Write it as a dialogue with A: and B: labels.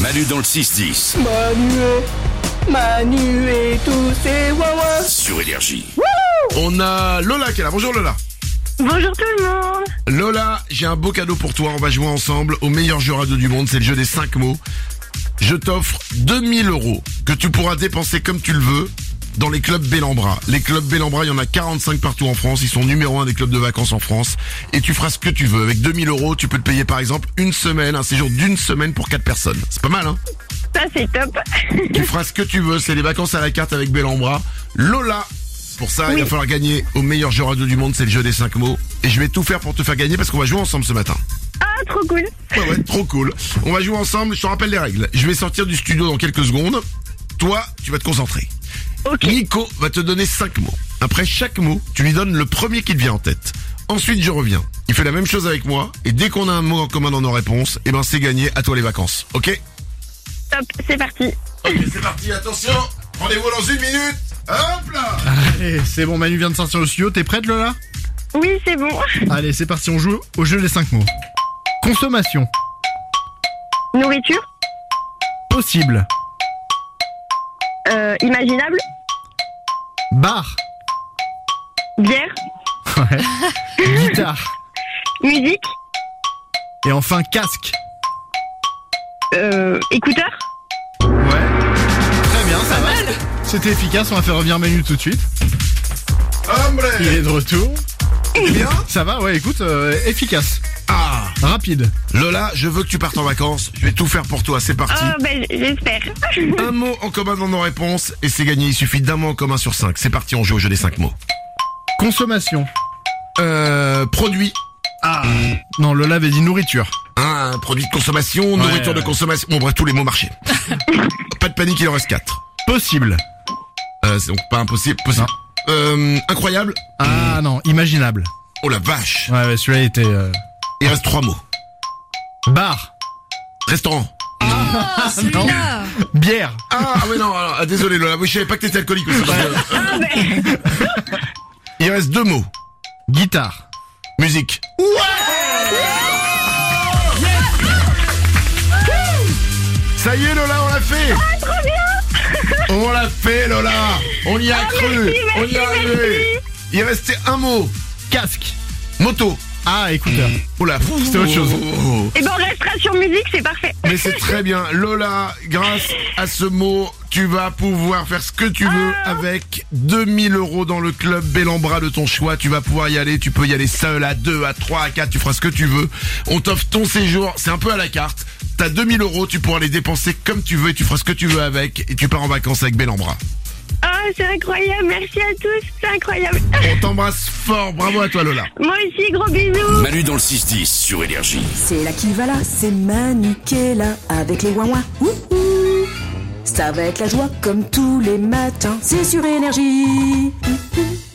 A: Manu dans le 6-10
B: Manu et, Manu et tous ces wawa.
A: sur Énergie.
C: On a Lola qui est là. Bonjour Lola.
D: Bonjour tout le monde
C: Lola, j'ai un beau cadeau pour toi. On va jouer ensemble au meilleur jeu radio du monde. C'est le jeu des 5 mots. Je t'offre 2000 euros que tu pourras dépenser comme tu le veux dans les clubs Bellambra. Les clubs Bellambra, il y en a 45 partout en France. Ils sont numéro un des clubs de vacances en France. Et tu feras ce que tu veux. Avec 2000 euros, tu peux te payer par exemple une semaine, un séjour d'une semaine pour quatre personnes. C'est pas mal, hein
D: Ça c'est top
C: Tu feras ce que tu veux, c'est les vacances à la carte avec Bellambra. Lola Pour ça, il va falloir gagner au meilleur jeu radio du monde, c'est le jeu des 5 mots. Et je vais tout faire pour te faire gagner parce qu'on va jouer ensemble ce matin.
D: Ah trop cool
C: Ouais, ouais, trop cool. On va jouer ensemble, je te rappelle les règles. Je vais sortir du studio dans quelques secondes. Toi, tu vas te concentrer.
D: Ok.
C: Nico va te donner 5 mots. Après chaque mot, tu lui donnes le premier qui te vient en tête. Ensuite, je reviens. Il fait la même chose avec moi. Et dès qu'on a un mot en commun dans nos réponses, eh ben, c'est gagné. À toi les vacances. Ok?
D: Top, c'est parti
C: Ok, c'est parti, attention, rendez-vous dans une minute. Hop là
E: Allez, c'est bon, Manu vient de sortir le studio. T'es prête, Lola
D: Oui c'est bon
E: Allez, c'est parti, on joue au jeu des 5 mots. Consommation.
D: Nourriture
E: Possible.
D: euh, Imaginable
E: Bar.
D: Bière
E: Ouais. Guitare.
D: Musique
E: Et enfin, casque.
D: euh, Écouteur
E: Ouais. Très bien, ça va. C'était efficace, on va faire revenir Manu tout de suite.
C: Hombre
E: Il est de retour.
C: bien
E: Ça va, ouais, écoute, euh, efficace.
C: Ah
E: Rapide.
C: Lola, je veux que tu partes en vacances, je vais tout faire pour toi, c'est parti.
E: Ah.
D: Oh ben j'espère Oh,
C: Un mot en commun dans nos réponses et c'est gagné, il suffit d'un mot en commun sur cinq. C'est parti, on joue au jeu des cinq mots.
E: Consommation.
C: Euh, produit. hein,
E: Non, Lola avait dit nourriture.
C: Un produit de consommation, nourriture de
E: ouais.
C: consommation. Bon bref, tous les mots marchés. pas de panique, il en reste quatre.
E: Possible.
C: Euh, c'est donc pas impossible, possible. Euh, incroyable.
E: Ah non, imaginable.
C: Oh la vache.
E: Ouais, ouais, celui-là était. euh,
C: Il reste trois mots.
E: Bar.
C: Restaurant.
E: Non. Bière.
C: Ah, ah ouais non, alors, ah, désolé Lola, oui, je savais pas que t'étais alcoolique. aussi.
D: Ah ben
C: Il reste deux mots.
E: Guitare.
C: Musique. Ça y est Lola, on l'a fait
D: Ah,
C: On l'a fait Lola On y a cru
D: Ah, merci,
C: On y est
D: merci,
C: arrivé Il restait un mot.
E: Casque.
C: Moto.
E: Ah, écouteur.
C: Oula, c'était
E: autre chose.
D: Et ben on restera sur musique, c'est parfait
C: Mais c'est très bien. Lola, grâce à ce mot, tu vas pouvoir faire ce que tu veux avec 2000 euros dans le club Bellambra de ton choix. Tu vas pouvoir y aller. Tu peux y aller seul, à 2, à 3, à 4. Tu feras ce que tu veux. On t'offre ton séjour. C'est un peu à la carte. T'as 2000 euros. Tu pourras les dépenser comme tu veux et tu feras ce que tu veux avec. Et tu pars en vacances avec Bellambra.
D: Oh c'est incroyable, merci à tous, c'est incroyable
C: On t'embrasse fort. Bravo à toi, Lola.
D: Moi aussi, gros bisous
A: Manu dans le 6-10 sur Énergie.
F: C'est la qui va là, c'est Manu qui est là avec les ouin Wouhou. Ça va être la joie comme tous les matins, c'est sur énergie. Ouhou.